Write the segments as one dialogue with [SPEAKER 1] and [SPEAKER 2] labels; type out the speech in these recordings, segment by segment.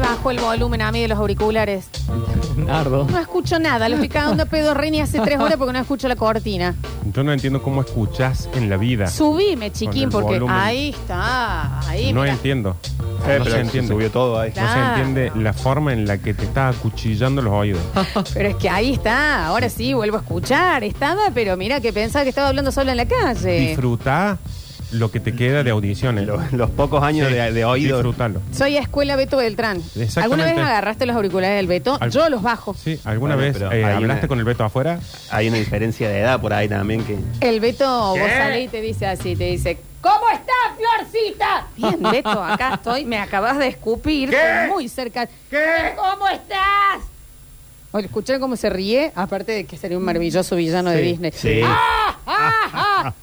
[SPEAKER 1] bajo el volumen a mí de los auriculares.
[SPEAKER 2] Nardo.
[SPEAKER 1] No escucho nada. Lo estoy cagando a pedo Reni hace tres horas porque no escucho la cortina.
[SPEAKER 3] Yo no entiendo cómo escuchás en la vida.
[SPEAKER 1] Subime, chiquín,
[SPEAKER 3] Con el
[SPEAKER 1] porque
[SPEAKER 3] volumen.
[SPEAKER 1] ahí está. Ahí,
[SPEAKER 3] no
[SPEAKER 1] mira.
[SPEAKER 3] entiendo.
[SPEAKER 4] Eh,
[SPEAKER 3] no
[SPEAKER 4] pero
[SPEAKER 3] se
[SPEAKER 4] se
[SPEAKER 3] entiende.
[SPEAKER 4] subió todo ahí.
[SPEAKER 3] No se
[SPEAKER 1] Claro.
[SPEAKER 3] entiende la forma en la que te estás acuchillando los oídos.
[SPEAKER 1] Pero es que ahí está. Ahora sí, vuelvo a escuchar. Estaba, pero mira que pensaba que estaba hablando solo en la calle.
[SPEAKER 3] Disfrutá lo que te queda de audiciones.
[SPEAKER 4] Los, los pocos años
[SPEAKER 3] Sí,
[SPEAKER 4] de, de oído.
[SPEAKER 3] Disfrutalo.
[SPEAKER 1] Soy a escuela Beto Beltrán.
[SPEAKER 3] Exactamente.
[SPEAKER 1] ¿Alguna vez agarraste los auriculares del Beto?
[SPEAKER 3] Al-
[SPEAKER 1] Yo los bajo.
[SPEAKER 3] Sí, ¿alguna
[SPEAKER 4] Bueno,
[SPEAKER 3] vez
[SPEAKER 4] pero
[SPEAKER 3] eh,
[SPEAKER 4] hay
[SPEAKER 3] hablaste
[SPEAKER 4] una-
[SPEAKER 3] con el Beto afuera?
[SPEAKER 4] Hay una diferencia de edad por ahí también que.
[SPEAKER 1] El Beto,
[SPEAKER 3] ¿Qué?
[SPEAKER 1] vos salís y te dice así, te dice, ¿cómo estás, Florcita? Bien, Beto, acá estoy, me acabas de escupir,
[SPEAKER 3] ¿Qué?
[SPEAKER 1] estoy muy cerca.
[SPEAKER 3] ¿Qué?
[SPEAKER 1] ¿Cómo estás? Oye, escuché cómo se ríe, aparte de que sería un maravilloso villano de
[SPEAKER 3] Sí,
[SPEAKER 1] Disney.
[SPEAKER 4] sí.
[SPEAKER 1] ¡Ah, ah,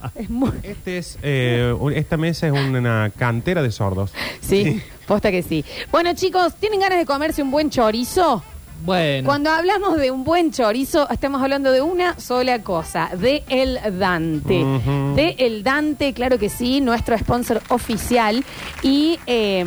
[SPEAKER 1] ah! Es muy...
[SPEAKER 3] Este es, eh, un- esta mesa es una cantera de sordos.
[SPEAKER 1] Sí, posta que sí. Bueno, chicos, ¿tienen ganas de comerse un buen chorizo?
[SPEAKER 2] Bueno.
[SPEAKER 1] Cuando hablamos de un buen chorizo, estamos hablando de una sola cosa, de El Dante.
[SPEAKER 3] Ujú.
[SPEAKER 1] De El Dante, claro que sí, nuestro sponsor oficial. Y eh,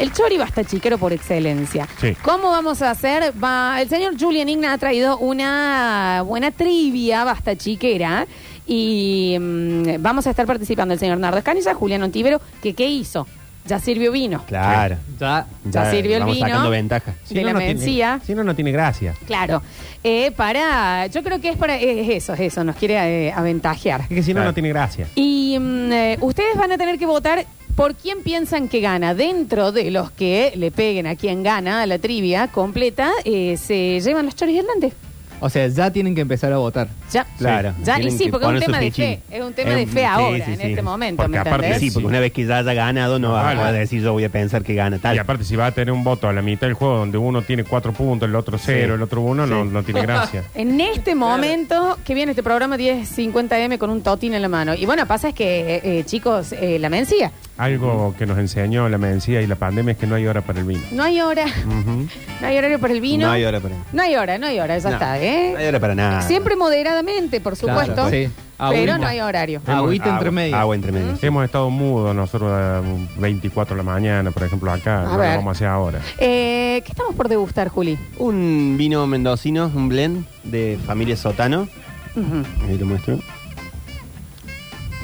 [SPEAKER 1] el chori basta chiquero por excelencia.
[SPEAKER 3] Sí.
[SPEAKER 1] ¿Cómo vamos a hacer? Va- el señor Julian Igna ha traído una buena trivia basta chiquera. Y mm, vamos a estar participando el señor Nardo Escanilla, Julián Ontivero, que ¿qué hizo? Ya sirvió vino.
[SPEAKER 4] Claro.
[SPEAKER 2] Ya.
[SPEAKER 1] Ya sirvió el
[SPEAKER 4] vamos
[SPEAKER 1] vino.
[SPEAKER 4] sacando ventaja.
[SPEAKER 1] De la
[SPEAKER 3] tiene-
[SPEAKER 1] mencía.
[SPEAKER 3] si no, no tiene gracia.
[SPEAKER 1] Claro, Eh, para, yo creo que es para eh, es eso, es eso, nos quiere eh, aventajear.
[SPEAKER 3] Es que si no,
[SPEAKER 4] Claro.
[SPEAKER 3] no tiene gracia.
[SPEAKER 1] Y mm, eh, ustedes van a tener que votar por quién piensan que gana. Dentro de los que le peguen a quien gana a la trivia completa, eh, se llevan los choris delante.
[SPEAKER 2] O sea, ya tienen que empezar a votar.
[SPEAKER 1] Ya,
[SPEAKER 4] Claro.
[SPEAKER 1] ya y
[SPEAKER 4] Tienen
[SPEAKER 1] sí,
[SPEAKER 4] que
[SPEAKER 1] porque es un
[SPEAKER 4] poner
[SPEAKER 1] tema
[SPEAKER 4] su
[SPEAKER 1] de fe,
[SPEAKER 4] pichín.
[SPEAKER 1] es un tema
[SPEAKER 4] Es
[SPEAKER 1] de
[SPEAKER 4] un-
[SPEAKER 1] fe
[SPEAKER 4] sí,
[SPEAKER 1] ahora,
[SPEAKER 4] sí,
[SPEAKER 1] en
[SPEAKER 4] sí.
[SPEAKER 1] este momento,
[SPEAKER 3] Porque
[SPEAKER 1] ¿me
[SPEAKER 3] aparte
[SPEAKER 1] entendés?
[SPEAKER 4] Sí, porque una vez que ya haya ganado, no va
[SPEAKER 3] Vale.
[SPEAKER 4] a decir yo voy a pensar que gana tal.
[SPEAKER 3] Y aparte, si va a tener un voto a la mitad del juego donde uno tiene cuatro puntos, el otro cero,
[SPEAKER 4] Sí.
[SPEAKER 3] el otro uno, no,
[SPEAKER 4] Sí.
[SPEAKER 3] no tiene gracia.
[SPEAKER 1] En este momento que viene este programa 1050M con un totín en la mano. Y bueno, pasa es que, eh, eh, chicos, eh, la mencía.
[SPEAKER 3] Algo que nos enseñó la medicina y la pandemia es que no hay hora para el vino.
[SPEAKER 1] No hay hora. No hay horario para el vino.
[SPEAKER 4] No hay hora para-
[SPEAKER 1] No hay hora, no hay hora, ya
[SPEAKER 4] No,
[SPEAKER 1] está, ¿eh?
[SPEAKER 4] no hay hora para nada.
[SPEAKER 1] Siempre moderadamente, por
[SPEAKER 2] Claro,
[SPEAKER 1] supuesto.
[SPEAKER 2] sí.
[SPEAKER 1] Pero
[SPEAKER 2] Agüita.
[SPEAKER 1] no hay horario.
[SPEAKER 3] Hemos-
[SPEAKER 2] Agüita entre
[SPEAKER 3] agua-
[SPEAKER 2] medio.
[SPEAKER 4] Agua entre medio. sí.
[SPEAKER 3] Hemos estado mudos nosotros a 24 de la mañana, por ejemplo, acá.
[SPEAKER 1] A
[SPEAKER 3] no
[SPEAKER 1] ver.
[SPEAKER 3] lo vamos a hacer ahora.
[SPEAKER 1] Eh, ¿Qué estamos por degustar, Juli?
[SPEAKER 4] Un vino mendocino, un blend de familia Sotano.
[SPEAKER 1] Ujú.
[SPEAKER 4] Ahí lo muestro.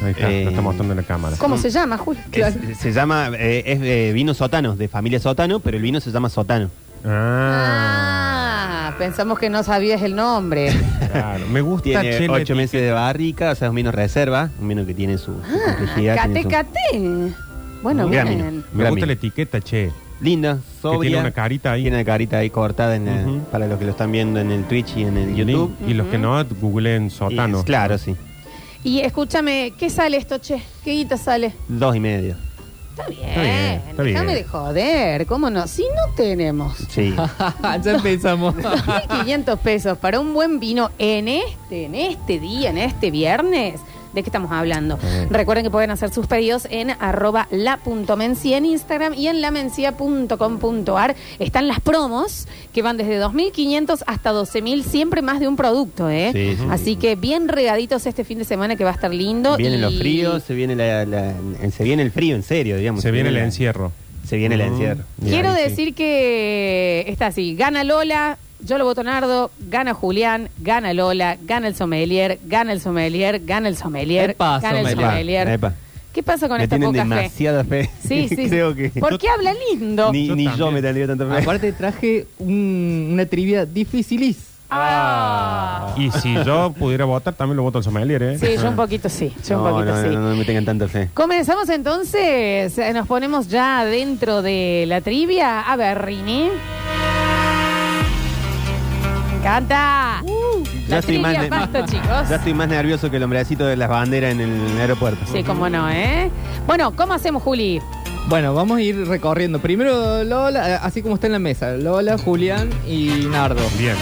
[SPEAKER 3] Ahí está,
[SPEAKER 4] Eh,
[SPEAKER 3] lo está mostrando en la cámara.
[SPEAKER 1] ¿Cómo se llama, Juli?
[SPEAKER 4] Es- se llama, eh, es eh, vino Sotano, de familia Sotano, pero el vino se llama Sotano.
[SPEAKER 3] Ah,
[SPEAKER 1] Ah, pensamos que no sabías el nombre.
[SPEAKER 3] claro. Me gusta
[SPEAKER 4] Tiene
[SPEAKER 3] che, la
[SPEAKER 4] ocho meses de barrica, o sea, es un vino reserva, un vino que tiene su, su
[SPEAKER 1] Ah,
[SPEAKER 4] complejidad.
[SPEAKER 1] Cate,
[SPEAKER 4] tiene su-
[SPEAKER 1] cate. Bueno,
[SPEAKER 4] Gran
[SPEAKER 1] bien.
[SPEAKER 4] vino.
[SPEAKER 3] Me gusta
[SPEAKER 4] Gran vino.
[SPEAKER 3] la etiqueta, che.
[SPEAKER 4] Linda, sobria.
[SPEAKER 3] tiene una carita ahí.
[SPEAKER 4] Tiene una carita ahí cortada en la-
[SPEAKER 3] Ujú.
[SPEAKER 4] para los que lo están viendo en el Twitch y en el YouTube.
[SPEAKER 3] Y los que no, googleen sótano.
[SPEAKER 4] Y- claro, sí.
[SPEAKER 1] Y escúchame, ¿qué sale esto, che? ¿Qué guita sale?
[SPEAKER 4] Dos y medio.
[SPEAKER 1] Está bien,
[SPEAKER 3] bien, está bien.
[SPEAKER 1] déjame de joder. ¿Cómo no? Si no tenemos
[SPEAKER 4] Sí.
[SPEAKER 1] Ah,
[SPEAKER 2] ya empezamos.
[SPEAKER 1] 1.500 pesos para un buen vino en este, en este día, en este viernes. ¿De qué estamos hablando?
[SPEAKER 3] Sí.
[SPEAKER 1] Recuerden que pueden hacer sus pedidos en arroba la.mencia en Instagram y en lamencia.com.ar. Están las promos que van desde 2.500 hasta 12.000, siempre más de un producto. ¿eh?
[SPEAKER 4] Sí, sí.
[SPEAKER 1] Así que bien regaditos este fin de semana que va a estar lindo.
[SPEAKER 4] Vienen
[SPEAKER 1] y-
[SPEAKER 4] los fríos, se viene, la, la- se viene el frío, en serio, digamos.
[SPEAKER 3] Se viene el
[SPEAKER 4] la-
[SPEAKER 3] encierro. Mm.
[SPEAKER 4] Se viene el encierro.
[SPEAKER 1] Quiero
[SPEAKER 4] Ahí sí.
[SPEAKER 1] decir que está así, gana Lola, yo lo voto Nardo, gana Julián, gana Lola, gana el sommelier, gana el sommelier, gana el sommelier,
[SPEAKER 2] Epa,
[SPEAKER 1] gana el
[SPEAKER 2] sommelier.
[SPEAKER 1] sommelier.
[SPEAKER 4] Epa.
[SPEAKER 1] ¿Qué pasa con
[SPEAKER 4] Me
[SPEAKER 1] esta
[SPEAKER 4] tienen
[SPEAKER 1] poca fe?
[SPEAKER 4] demasiada fe.
[SPEAKER 1] Sí, sí.
[SPEAKER 4] Creo que.
[SPEAKER 1] ¿Por qué habla lindo?
[SPEAKER 4] Ni,
[SPEAKER 3] Yo
[SPEAKER 4] ni yo
[SPEAKER 3] también.
[SPEAKER 4] me tendría tanta fe.
[SPEAKER 2] Aparte traje un- una trivia dificilís.
[SPEAKER 1] Ah.
[SPEAKER 3] Y si yo pudiera votar, también lo voto al sommelier, ¿eh?
[SPEAKER 1] Sí, yo un poquito sí, yo un
[SPEAKER 4] no,
[SPEAKER 1] poquito
[SPEAKER 4] no,
[SPEAKER 1] sí.
[SPEAKER 4] no, no, no me tengan tanta fe.
[SPEAKER 1] Comenzamos entonces, eh, nos ponemos ya dentro de la trivia. A ver, Rini. Me encanta. la
[SPEAKER 4] Uh. Ya estoy,
[SPEAKER 1] trivia
[SPEAKER 4] más ne-
[SPEAKER 1] basta, chicos.
[SPEAKER 4] ya estoy más nervioso que el hombrecito de las banderas en el aeropuerto.
[SPEAKER 1] Sí, cómo no, ¿eh? Bueno, ¿cómo hacemos, Juli?
[SPEAKER 2] Bueno, vamos a ir recorriendo. Primero Lola, eh, así como está en la mesa. Lola, Julián y Nardo.
[SPEAKER 3] Bien.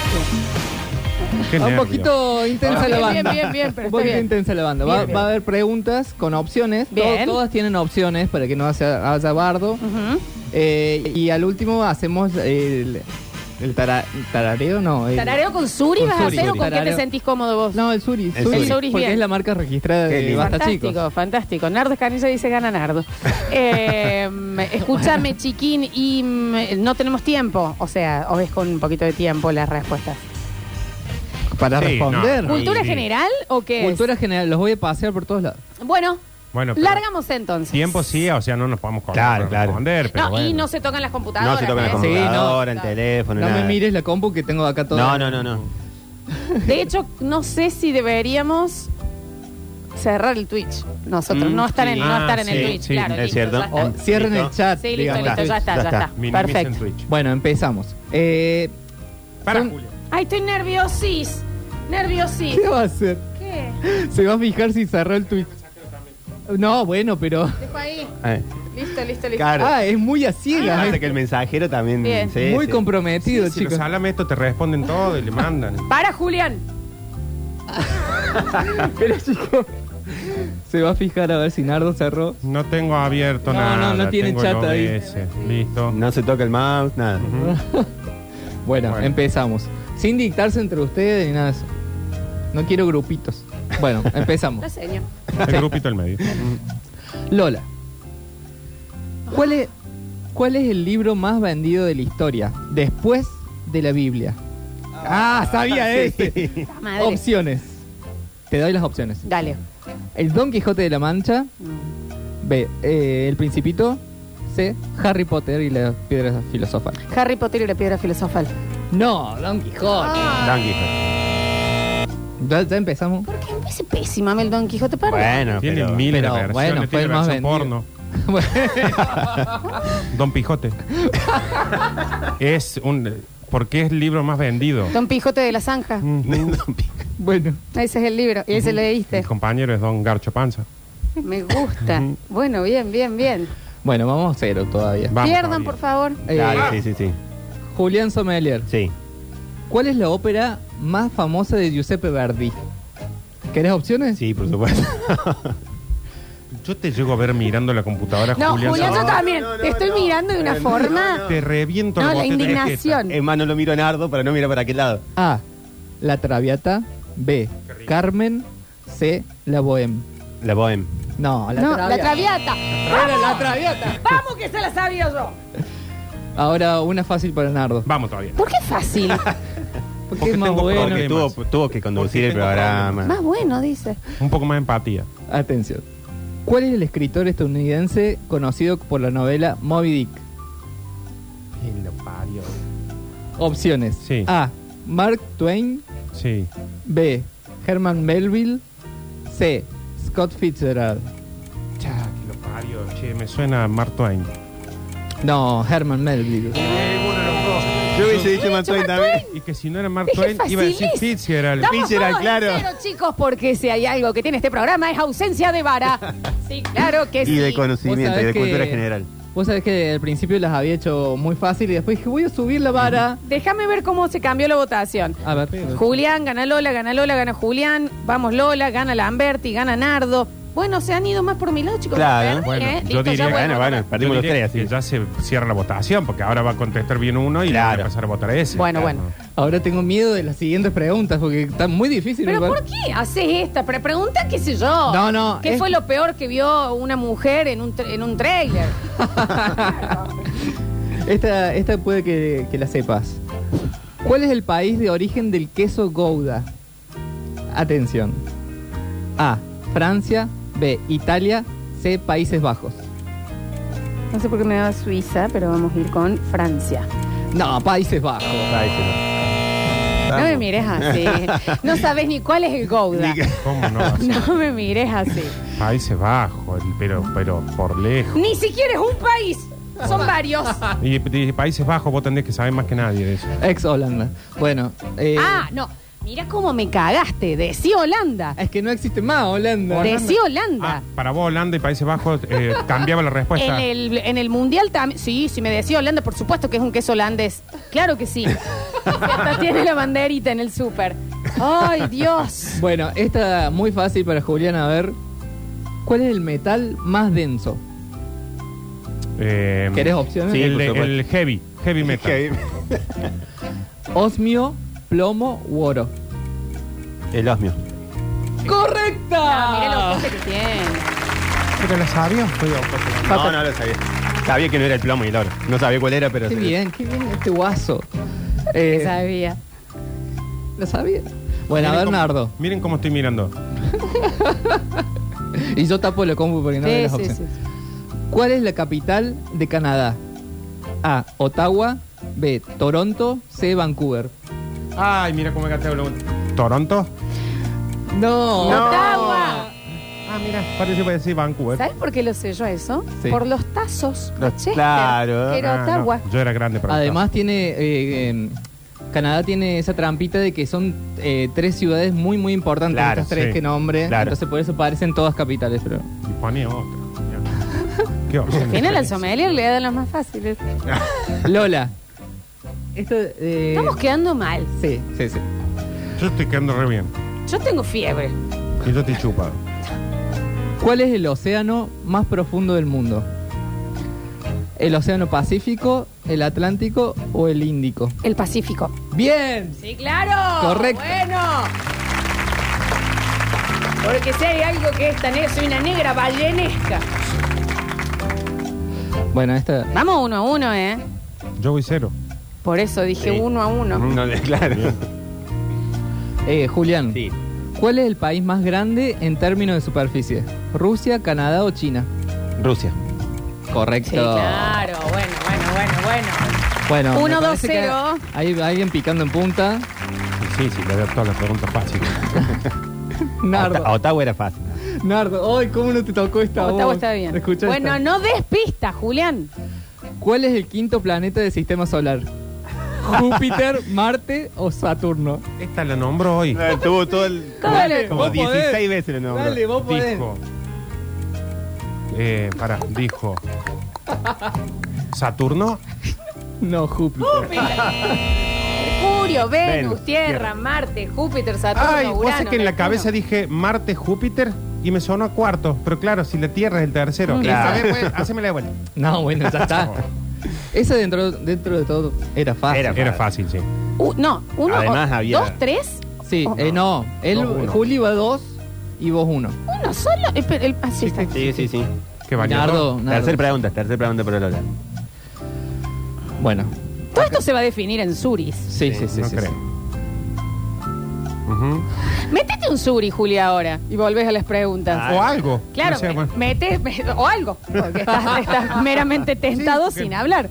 [SPEAKER 3] Qué
[SPEAKER 2] Va un
[SPEAKER 3] nervio.
[SPEAKER 2] poquito intensa la
[SPEAKER 1] Ah, Bien,
[SPEAKER 2] banda.
[SPEAKER 1] bien, bien, bien, pero
[SPEAKER 2] Un
[SPEAKER 1] está
[SPEAKER 2] poquito
[SPEAKER 1] bien.
[SPEAKER 2] intensa la banda. Va,
[SPEAKER 1] Bien.
[SPEAKER 2] va a haber preguntas con opciones. To-
[SPEAKER 1] Bien.
[SPEAKER 2] todas tienen opciones para que no haya, haya bardo.
[SPEAKER 1] Ujú.
[SPEAKER 2] Eh, y al último hacemos el- El tara- tarareo no. el-
[SPEAKER 1] ¿Tarareo con Suri
[SPEAKER 2] Con
[SPEAKER 1] vas a
[SPEAKER 2] suri,
[SPEAKER 1] hacer o con qué te
[SPEAKER 2] tarareo.
[SPEAKER 1] sentís cómodo vos?
[SPEAKER 2] No, el Suri.
[SPEAKER 4] El
[SPEAKER 2] suri,
[SPEAKER 4] suri.
[SPEAKER 1] El suri es
[SPEAKER 2] porque
[SPEAKER 1] bien.
[SPEAKER 2] es la marca registrada
[SPEAKER 4] Qué
[SPEAKER 2] de
[SPEAKER 4] lindo.
[SPEAKER 2] Basta
[SPEAKER 1] fantástico,
[SPEAKER 2] Chicos.
[SPEAKER 1] fantástico. Nardo Escanilla dice gana Nardo. Eh, escúchame, chiquín, y mm, no tenemos tiempo. O sea, o es con un poquito de tiempo las respuestas.
[SPEAKER 2] Para
[SPEAKER 3] Sí, no,
[SPEAKER 2] responder.
[SPEAKER 3] no,
[SPEAKER 1] ¿Cultura
[SPEAKER 3] sí.
[SPEAKER 1] general o qué? es?
[SPEAKER 2] Cultura general, los voy a pasear por todos lados.
[SPEAKER 1] Bueno,
[SPEAKER 3] Bueno, pero
[SPEAKER 1] largamos entonces.
[SPEAKER 3] Tiempo sí, o sea, no nos podemos correr
[SPEAKER 4] Claro,
[SPEAKER 3] para
[SPEAKER 4] claro.
[SPEAKER 3] responder, pero
[SPEAKER 1] No, y
[SPEAKER 3] bueno.
[SPEAKER 1] no se tocan las computadoras.
[SPEAKER 4] No se tocan la
[SPEAKER 1] ¿eh?
[SPEAKER 2] Sí, no.
[SPEAKER 4] computadora, el
[SPEAKER 1] Claro.
[SPEAKER 4] teléfono,
[SPEAKER 2] No
[SPEAKER 4] nada.
[SPEAKER 2] me mires la compu que tengo acá todo.
[SPEAKER 4] No, no, no, no.
[SPEAKER 1] De hecho, no sé si deberíamos cerrar el Twitch. Nosotros
[SPEAKER 4] Mm,
[SPEAKER 1] no estar en,
[SPEAKER 4] sí.
[SPEAKER 1] no estar
[SPEAKER 3] Ah,
[SPEAKER 1] en el
[SPEAKER 3] sí,
[SPEAKER 1] Twitch,
[SPEAKER 3] sí,
[SPEAKER 1] claro.
[SPEAKER 4] es
[SPEAKER 1] listo,
[SPEAKER 4] cierto.
[SPEAKER 1] ya está.
[SPEAKER 2] O
[SPEAKER 4] Listo.
[SPEAKER 2] cierren el chat.
[SPEAKER 1] Sí, listo,
[SPEAKER 2] digamos.
[SPEAKER 1] listo, ya está, ya
[SPEAKER 4] Ya está.
[SPEAKER 1] está.
[SPEAKER 3] Minimicen
[SPEAKER 1] Perfecto.
[SPEAKER 3] Twitch.
[SPEAKER 2] Bueno, empezamos. Eh,
[SPEAKER 3] Para
[SPEAKER 2] Son-
[SPEAKER 3] Julia.
[SPEAKER 1] Ay, estoy nerviosis. Nerviosis.
[SPEAKER 2] ¿Qué va a hacer?
[SPEAKER 1] ¿Qué?
[SPEAKER 2] Se va a fijar si cerró el tweet. No, bueno, pero.
[SPEAKER 1] Dejo ahí.
[SPEAKER 4] Eh,
[SPEAKER 1] Listo, listo, listo.
[SPEAKER 4] Claro.
[SPEAKER 2] Ah, es muy a ciegas.
[SPEAKER 4] Hace que el mensajero también.
[SPEAKER 1] Bien.
[SPEAKER 4] sí,
[SPEAKER 2] muy
[SPEAKER 4] sí.
[SPEAKER 2] comprometido,
[SPEAKER 3] Si los
[SPEAKER 2] chicos.
[SPEAKER 3] salame esto te responden todo y le mandan.
[SPEAKER 1] Para, Julián.
[SPEAKER 2] Pero, chicos, se va a fijar a ver si Nardo cerró.
[SPEAKER 3] No tengo abierto
[SPEAKER 2] No,
[SPEAKER 3] nada.
[SPEAKER 2] no, no tiene
[SPEAKER 3] tengo
[SPEAKER 2] chat
[SPEAKER 3] el
[SPEAKER 2] ahí.
[SPEAKER 3] OBS. Listo.
[SPEAKER 4] No se toca el mouse, nada.
[SPEAKER 2] Bueno,
[SPEAKER 3] Bueno.
[SPEAKER 2] empezamos. Sin dictarse entre ustedes ni nada de eso. No quiero grupitos. Bueno,
[SPEAKER 1] Lo
[SPEAKER 2] empezamos.
[SPEAKER 1] seño.
[SPEAKER 3] El grupito al medio.
[SPEAKER 2] Lola. ¿Cuál es, ¿Cuál es el libro más vendido de la historia? Después de la Biblia. Ah, sabía este.
[SPEAKER 1] La Madre.
[SPEAKER 2] Opciones. Te doy las opciones.
[SPEAKER 1] Dale.
[SPEAKER 2] El Don Quijote de la Mancha.
[SPEAKER 1] Mm.
[SPEAKER 2] B. eh, el Principito. C. Harry Potter y la Piedra Filosofal.
[SPEAKER 1] Harry Potter y la piedra filosofal.
[SPEAKER 2] No, Don Quijote.
[SPEAKER 4] Dan Quijote.
[SPEAKER 2] Ya, ya empezamos.
[SPEAKER 1] ¿Por qué empecé pésima, el Don Quijote? Perdón.
[SPEAKER 4] Bueno,
[SPEAKER 3] Tiene
[SPEAKER 4] pero-
[SPEAKER 3] miles
[SPEAKER 2] pero
[SPEAKER 3] de versiones.
[SPEAKER 2] bueno, fue
[SPEAKER 3] tiene
[SPEAKER 2] el más
[SPEAKER 3] versión
[SPEAKER 2] vendido.
[SPEAKER 3] porno. Don Pijote. es un. Porque es el libro más vendido.
[SPEAKER 1] Don Quijote de la Zanja.
[SPEAKER 3] Mm. Ujú.
[SPEAKER 2] bueno.
[SPEAKER 1] Ese es el libro. Y ese lo leíste.
[SPEAKER 3] El compañero es Don Garcho Panza.
[SPEAKER 1] Me gusta. Bueno, bien, bien, bien.
[SPEAKER 2] Bueno, vamos a cero todavía.
[SPEAKER 3] Vamos
[SPEAKER 1] Pierdan,
[SPEAKER 3] todavía.
[SPEAKER 1] por favor.
[SPEAKER 2] Eh,
[SPEAKER 4] Claro, sí, sí, sí.
[SPEAKER 2] Julián Sommelier.
[SPEAKER 4] Sí.
[SPEAKER 2] ¿Cuál es la ópera más famosa de Giuseppe Verdi? ¿Querés opciones?
[SPEAKER 4] Sí, por supuesto.
[SPEAKER 3] Yo te llego a ver mirando la computadora,
[SPEAKER 1] No,
[SPEAKER 3] Julián.
[SPEAKER 1] Julián, yo
[SPEAKER 3] Sánchez.
[SPEAKER 1] también.
[SPEAKER 4] no, no,
[SPEAKER 1] Te estoy
[SPEAKER 4] no.
[SPEAKER 1] mirando de una
[SPEAKER 4] Eh, no,
[SPEAKER 1] forma.
[SPEAKER 4] no,
[SPEAKER 3] Te reviento
[SPEAKER 1] No,
[SPEAKER 3] el
[SPEAKER 1] la
[SPEAKER 3] bote de
[SPEAKER 1] indignación.
[SPEAKER 4] Es más, no lo miro a Nardo para no mirar para aquel lado.
[SPEAKER 2] A. La Traviata. B.
[SPEAKER 3] Qué rico.
[SPEAKER 2] Carmen. C. La Bohème.
[SPEAKER 4] La Bohem.
[SPEAKER 2] No, la
[SPEAKER 1] No,
[SPEAKER 2] Traviata.
[SPEAKER 1] la traviata.
[SPEAKER 2] Era la Traviata.
[SPEAKER 1] Vamos que se la sabía yo.
[SPEAKER 2] Ahora una fácil para Nardo.
[SPEAKER 3] Vamos todavía.
[SPEAKER 1] ¿Por qué fácil?
[SPEAKER 2] Porque,
[SPEAKER 3] Porque
[SPEAKER 2] es más
[SPEAKER 3] tengo
[SPEAKER 2] bueno.
[SPEAKER 4] Porque tuvo,
[SPEAKER 3] Problemas.
[SPEAKER 4] tuvo que conducir
[SPEAKER 3] Porque
[SPEAKER 4] el
[SPEAKER 3] tengo
[SPEAKER 4] programa.
[SPEAKER 1] Más bueno, dice.
[SPEAKER 3] Un poco más de empatía.
[SPEAKER 2] Atención. ¿Cuál es el escritor estadounidense conocido por la novela Moby Dick? Opciones.
[SPEAKER 3] Sí.
[SPEAKER 2] A. Mark Twain.
[SPEAKER 3] Sí.
[SPEAKER 2] B. Herman Melville. C. Scott Fitzgerald.
[SPEAKER 3] Cha, que lo parió. Che, me suena a Mark Twain.
[SPEAKER 2] No, Herman Melville.
[SPEAKER 4] Yo hubiese dicho Mark Twain también.
[SPEAKER 3] Y que si no era Mark
[SPEAKER 1] Dije,
[SPEAKER 3] Twain, iba a decir
[SPEAKER 1] facilis.
[SPEAKER 3] Fitzgerald.
[SPEAKER 1] Estamos
[SPEAKER 4] pinche era
[SPEAKER 1] todos en
[SPEAKER 4] claro.
[SPEAKER 1] cero, chicos, porque si hay algo que tiene este programa es ausencia de vara. Sí, claro que sí.
[SPEAKER 4] Y de conocimiento, y de
[SPEAKER 2] que-
[SPEAKER 4] cultura general.
[SPEAKER 2] Vos sabés que al principio las había hecho muy fácil y después dije, voy a subir la vara.
[SPEAKER 1] Déjame ver cómo se cambió la votación.
[SPEAKER 2] A ver.
[SPEAKER 1] Julián, gana Lola, gana Lola, gana Julián. Vamos Lola, gana Lamberti, gana Nardo. Bueno, se han ido más por mi lado, chicos.
[SPEAKER 4] Claro.
[SPEAKER 1] Perdí,
[SPEAKER 3] Bueno,
[SPEAKER 1] ¿eh?
[SPEAKER 3] yo
[SPEAKER 1] Listo, ya
[SPEAKER 3] diría-
[SPEAKER 1] vuelvo.
[SPEAKER 4] Bueno, bueno, perdimos
[SPEAKER 3] Yo
[SPEAKER 4] los
[SPEAKER 3] diría
[SPEAKER 4] tres, así.
[SPEAKER 3] que
[SPEAKER 4] que-
[SPEAKER 3] Ya se cierra la votación, porque ahora va a contestar bien uno y le
[SPEAKER 4] Claro.
[SPEAKER 3] van a pasar a votar a ese.
[SPEAKER 1] Bueno,
[SPEAKER 3] Claro.
[SPEAKER 1] bueno.
[SPEAKER 2] Ahora tengo miedo de las siguientes preguntas porque están muy difíciles.
[SPEAKER 1] ¿Pero
[SPEAKER 2] me
[SPEAKER 1] por
[SPEAKER 2] parece.
[SPEAKER 1] qué haces esta? Pero pregunta qué sé yo.
[SPEAKER 2] No, no,
[SPEAKER 1] ¿Qué
[SPEAKER 2] es-
[SPEAKER 1] fue lo peor que vio una mujer en un, tra- en un trailer?
[SPEAKER 2] Esta, esta puede que, que la sepas. ¿Cuál es el país de origen del queso Gouda? Atención. A. Francia. B. Italia. C. Países Bajos.
[SPEAKER 1] No sé por qué me da Suiza, pero vamos a ir con Francia.
[SPEAKER 2] No, Países Bajos.
[SPEAKER 4] Ahí se
[SPEAKER 1] No me mires así. No sabes ni cuál es el Gouda.
[SPEAKER 3] ¿Cómo no? va a ser?
[SPEAKER 1] No me mires así.
[SPEAKER 3] Países Bajos, el- pero, pero por lejos.
[SPEAKER 1] Ni siquiera es un país. Son varios.
[SPEAKER 3] Y de Países Bajos vos tendés que saber más que nadie de eso.
[SPEAKER 2] Ex Holanda. Bueno. eh,
[SPEAKER 1] Ah, no. Mira cómo me cagaste. Decí Holanda.
[SPEAKER 2] Es que no existe más Eh, Holanda.
[SPEAKER 1] Holanda. Decí
[SPEAKER 3] Ah,
[SPEAKER 1] Holanda.
[SPEAKER 3] para vos Holanda y Países Bajos eh, cambiaba la
[SPEAKER 1] En
[SPEAKER 3] respuesta.
[SPEAKER 1] el, en el mundial también. Sí, si me decía Holanda, por supuesto que es un queso holandés. Claro que sí. Hasta tiene la banderita en el súper. ¡Ay, Dios!
[SPEAKER 2] Bueno, esta muy fácil para Julián. A ver. ¿Cuál es el metal más denso?
[SPEAKER 3] Eh,
[SPEAKER 2] ¿Querés opciones?
[SPEAKER 4] Sí,
[SPEAKER 3] el,
[SPEAKER 4] por
[SPEAKER 3] de-
[SPEAKER 4] supuesto.
[SPEAKER 3] el heavy, heavy metal.
[SPEAKER 4] Que-
[SPEAKER 2] Osmio, plomo u oro.
[SPEAKER 4] El osmio.
[SPEAKER 2] ¡Correcta!
[SPEAKER 1] Ah, mire los cosas que tiene.
[SPEAKER 5] Pero lo sabía, fue yo, fue yo.
[SPEAKER 2] Papa-
[SPEAKER 4] No, no lo sabía. Sabía que no era el plomo y el oro. No sabía cuál era, pero.
[SPEAKER 2] Qué
[SPEAKER 4] sabía.
[SPEAKER 2] bien, qué bien este guaso. Eh,
[SPEAKER 1] Que sabía.
[SPEAKER 2] ¿Lo sabías? Bueno, a
[SPEAKER 3] Miren
[SPEAKER 2] ver,
[SPEAKER 3] cómo-
[SPEAKER 2] Nardo.
[SPEAKER 3] Miren cómo estoy mirando.
[SPEAKER 2] Y yo tapo la compu porque no veo
[SPEAKER 1] Sí,
[SPEAKER 2] las
[SPEAKER 1] sí,
[SPEAKER 2] opciones.
[SPEAKER 1] sí.
[SPEAKER 2] ¿Cuál es la capital de Canadá? A. Ottawa. B. Toronto. C. Vancouver.
[SPEAKER 3] Ay, mira cómo he gastado la ¿Toronto?
[SPEAKER 2] No.
[SPEAKER 1] Ottawa.
[SPEAKER 3] Ah, mira, parece que a decir Vancouver.
[SPEAKER 1] ¿Sabes por qué lo sé yo eso?
[SPEAKER 2] Sí.
[SPEAKER 1] Por los tazos.
[SPEAKER 4] Los-
[SPEAKER 1] de Chester,
[SPEAKER 4] claro.
[SPEAKER 1] que
[SPEAKER 3] Ah,
[SPEAKER 1] Era
[SPEAKER 3] no,
[SPEAKER 1] Ottawa.
[SPEAKER 3] yo era grande para
[SPEAKER 2] Además tiene... eh, eh, Canadá tiene esa trampita de que son eh, tres ciudades muy, muy importantes.
[SPEAKER 4] Claro,
[SPEAKER 2] estas tres
[SPEAKER 3] sí.
[SPEAKER 2] que nombre.
[SPEAKER 4] Claro.
[SPEAKER 2] Entonces por eso parecen todas capitales. Pero...
[SPEAKER 3] esto. Y ponía otro. Mira. ¿Qué opción?
[SPEAKER 1] Al final al sommelier le dan los más fáciles.
[SPEAKER 2] Lola. Esto... eh,
[SPEAKER 1] Estamos quedando mal.
[SPEAKER 2] Sí, sí, sí.
[SPEAKER 3] Yo estoy quedando re bien.
[SPEAKER 1] Yo tengo fiebre.
[SPEAKER 3] Y yo estoy chupado.
[SPEAKER 2] ¿Cuál es el océano más profundo del mundo? ¿El océano Pacífico, el Atlántico o el Índico?
[SPEAKER 1] El Pacífico.
[SPEAKER 2] ¡Bien!
[SPEAKER 1] Sí, claro.
[SPEAKER 2] Correcto.
[SPEAKER 1] Bueno. Porque si hay algo que es tan eso, soy una negra ballenesca.
[SPEAKER 2] Bueno, esta...
[SPEAKER 1] Vamos uno a uno, ¿eh?
[SPEAKER 3] Yo voy cero.
[SPEAKER 1] Por eso dije
[SPEAKER 4] Sí.
[SPEAKER 1] uno a uno.
[SPEAKER 4] No, claro.
[SPEAKER 2] Eh, Julián,
[SPEAKER 4] Sí.
[SPEAKER 2] ¿cuál es el país más grande en términos de superficie? ¿Rusia, Canadá o China?
[SPEAKER 4] Rusia.
[SPEAKER 2] Correcto.
[SPEAKER 1] Sí, claro. Bueno, bueno, bueno, bueno.
[SPEAKER 2] Bueno, me
[SPEAKER 1] Uno, dos,
[SPEAKER 2] parece que
[SPEAKER 1] cero.
[SPEAKER 2] Hay alguien picando en punta.
[SPEAKER 3] Sí, sí, le doy todas las preguntas fáciles.
[SPEAKER 2] Nardo.
[SPEAKER 4] Ota- Ottawa era fácil.
[SPEAKER 2] Nardo, ay, ¿cómo no te tocó esta
[SPEAKER 1] Ottawa
[SPEAKER 2] voz?
[SPEAKER 1] está bien.
[SPEAKER 2] Escucha
[SPEAKER 1] Bueno,
[SPEAKER 2] esta.
[SPEAKER 1] no des pistas, Julián.
[SPEAKER 2] ¿Cuál es el quinto planeta del sistema solar? ¿Júpiter, Marte o Saturno?
[SPEAKER 3] Esta la nombro hoy.
[SPEAKER 4] Eh, Tuvo todo el.
[SPEAKER 1] Dale,
[SPEAKER 4] como
[SPEAKER 2] vos podés.
[SPEAKER 4] 16 veces el nombre.
[SPEAKER 2] Dale, vos podés.
[SPEAKER 3] Dijo. Eh, pará, dijo. Saturno.
[SPEAKER 2] No, Júpiter.
[SPEAKER 1] Mercurio, Venus,
[SPEAKER 4] Venus,
[SPEAKER 1] tierra,
[SPEAKER 4] Tierra.
[SPEAKER 1] Marte, Júpiter, Saturno,
[SPEAKER 3] Ay,
[SPEAKER 1] Urano.
[SPEAKER 3] vos sabés que en la
[SPEAKER 1] Neptuno.
[SPEAKER 3] cabeza dije Marte, Júpiter y me sonó a cuarto. Pero claro, si la Tierra es el tercero.
[SPEAKER 4] Claro.
[SPEAKER 3] A ver, güey, haceme la vuelta.
[SPEAKER 2] No, bueno, ya está. Esa dentro, dentro de todo era fácil.
[SPEAKER 4] Era
[SPEAKER 3] Era fácil, sí.
[SPEAKER 1] Uh, no, uno,
[SPEAKER 4] Además,
[SPEAKER 1] o-
[SPEAKER 4] había-
[SPEAKER 1] dos, tres,
[SPEAKER 2] Sí, eh, no. Él,
[SPEAKER 3] Dos, uno.
[SPEAKER 2] Juli va dos y vos uno.
[SPEAKER 1] uno solo. Espera, el- así está.
[SPEAKER 4] Sí, sí, sí.
[SPEAKER 3] Qué
[SPEAKER 2] Nardo,
[SPEAKER 3] valioso.
[SPEAKER 2] Nardo.
[SPEAKER 4] Tercer pregunta, tercer pregunta para Lola.
[SPEAKER 2] Bueno,
[SPEAKER 1] Todo esto se va a definir en suris.
[SPEAKER 2] sí, sí, sí.
[SPEAKER 3] no
[SPEAKER 2] sí,
[SPEAKER 3] creo.
[SPEAKER 2] sí.
[SPEAKER 3] Ujú.
[SPEAKER 1] Métete un suri, Julia, ahora. Y volvés a las preguntas.
[SPEAKER 4] Ah,
[SPEAKER 3] O algo.
[SPEAKER 1] claro, eh.
[SPEAKER 3] No sé,
[SPEAKER 1] me-
[SPEAKER 3] bueno.
[SPEAKER 1] mete, me- o algo. Porque estás, estás meramente tentado
[SPEAKER 3] porque-
[SPEAKER 1] sin hablar.